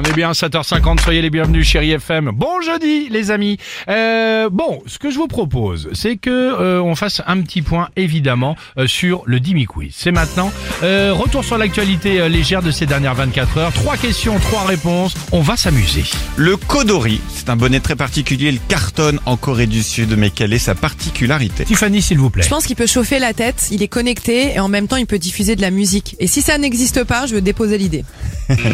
On est bien 7h50, soyez les bienvenus chérie FM. Bon jeudi les amis. Euh, bon, ce que je vous propose, c'est que euh, on fasse un petit point évidemment euh, sur le Dimi Quiz. C'est maintenant. Euh, retour sur l'actualité euh, légère de ces dernières 24 heures. Trois questions, trois réponses. On va s'amuser. Le kodori, c'est un bonnet très particulier, il cartonne en Corée du Sud, mais quelle est sa particularité Tiffany s'il vous plaît. Je pense qu'il peut chauffer la tête, il est connecté et en même temps il peut diffuser de la musique. Et si ça n'existe pas, je veux déposer l'idée.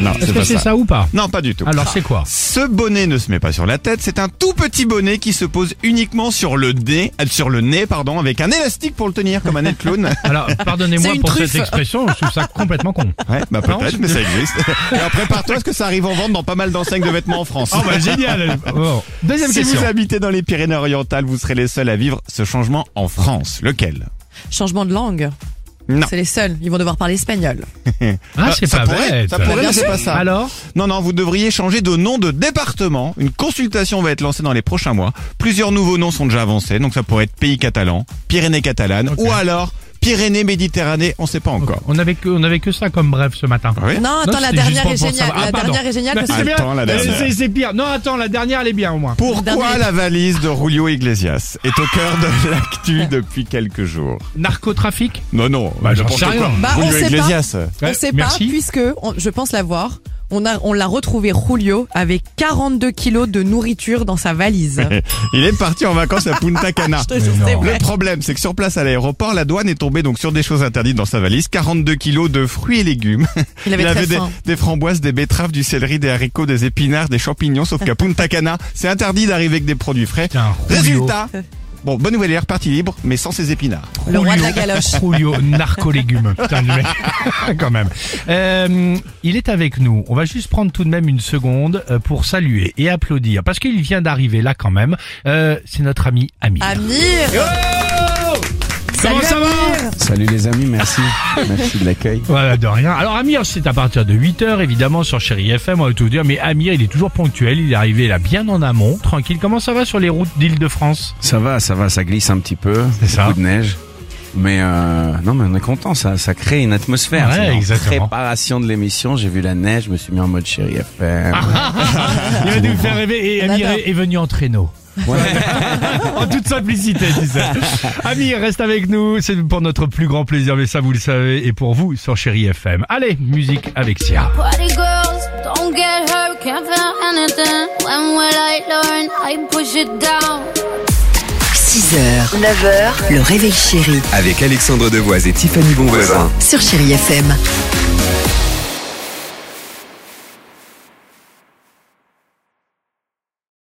Non, Est-ce que Euh, c'est ça ou pas Non, pas du tout. Alors c'est quoi ce bonnet ne se met pas sur la tête, c'est un tout petit bonnet qui se pose uniquement sur le nez, euh, sur le nez pardon, avec un élastique pour le tenir comme un nez de clown. Alors pardonnez-moi C'est une pour cette truffe. expression, je trouve ça complètement con. Ouais, bah Non, peut-être, mais ça existe. Et alors prépare-toi parce que ça arrive en vente dans pas mal d'enseignes de vêtements en France. Oh bah génial. Bon. Oh. Deuxième si question. vous habitez dans les Pyrénées-Orientales, vous serez les seuls à vivre ce changement en France. Lequel Changement de langue. Non. C'est les seuls, ils vont devoir parler espagnol. Ah c'est Euh, ça pas pourrait, bête. ça pourrait, Bien mais c'est sûr. pas ça. Alors Non, non, vous devriez changer de nom de département. Une consultation va être lancée dans les prochains mois. Plusieurs nouveaux noms sont déjà avancés, donc ça pourrait être pays catalan, Pyrénées catalanes, Ok. ou alors Pyrénées méditerranée, on sait pas encore. On avait que, on avait que ça comme bref ce matin. Oui. Non, attends, la c'était juste dernière pour- est pour géniale. savoir. Ah, la pardon. dernière est géniale Bah, parce c'est que bien. Attends, la Euh, dernière. c'est- C'est pire. Non, attends, la dernière, elle est bien au moins. Pourquoi Dernier. la valise de Julio Iglesias est au cœur de l'actu depuis quelques jours Narcotrafic Non, non, Bah, j'en n'importe sais rien. quoi. Bah, on Julio sait pas. Iglesias. Ouais, on sait merci. pas puisque on- je pense l'avoir. On a on l'a retrouvé Julio avec 42 kilos de nourriture dans sa valise. Eh, Il est parti en vacances à Punta Cana. Je te jure, c'est Le vrai. problème, c'est que sur place à l'aéroport, la douane est tombée donc sur des choses interdites dans sa valise. 42 kilos de fruits et légumes. Il avait Il très avait des, faim. des framboises, des betteraves, du céleri, des haricots, des épinards, des champignons, sauf qu'à Punta Cana, c'est interdit d'arriver avec des produits frais. Putain, Julio. Résultat, bon, bonne nouvelle, il est reparti libre, mais sans ses épinards. Le roi de la galoche. Julio, narco-légumes. Putain, le mec. Quand même. Euh, il est avec nous. On va juste prendre tout de même une seconde euh, pour saluer et applaudir. Parce qu'il vient d'arriver là quand même. Euh, c'est notre ami Amir. Amir. Comment Salut, ça va Amir. Salut les amis, merci. merci de l'accueil. Voilà, de rien. Alors Amir, c'est à partir de 8h évidemment sur Chéri FM, on va tout vous dire. Mais Amir, il est toujours ponctuel. Il est arrivé là bien en amont. Tranquille. Comment ça va sur les routes d'Île-de-France Ça va, ça va, ça glisse un petit peu. C'est ça. Beaucoup de neige. Mais euh, non, mais on est content, ça, ça crée une atmosphère. Ouais, C'est en exactement. Préparation de l'émission, j'ai vu la neige, je me suis mis en mode chéri FM. Ah, Il va nous faire rêver. Et On Amir adore. est, est venu en traîneau. Ouais. en toute simplicité, tu sais. Amir, reste avec nous. C'est pour notre plus grand plaisir, mais ça, vous le savez, et pour vous sur Chéri FM. Allez, musique avec Sia. Party girls, don't get hurt, can't feel anything. When will I learn? I push it down. 6h, 9h, le réveil chéri Avec Alexandre Devoise et Tiffany Bonvoisin. sur Chéri FM.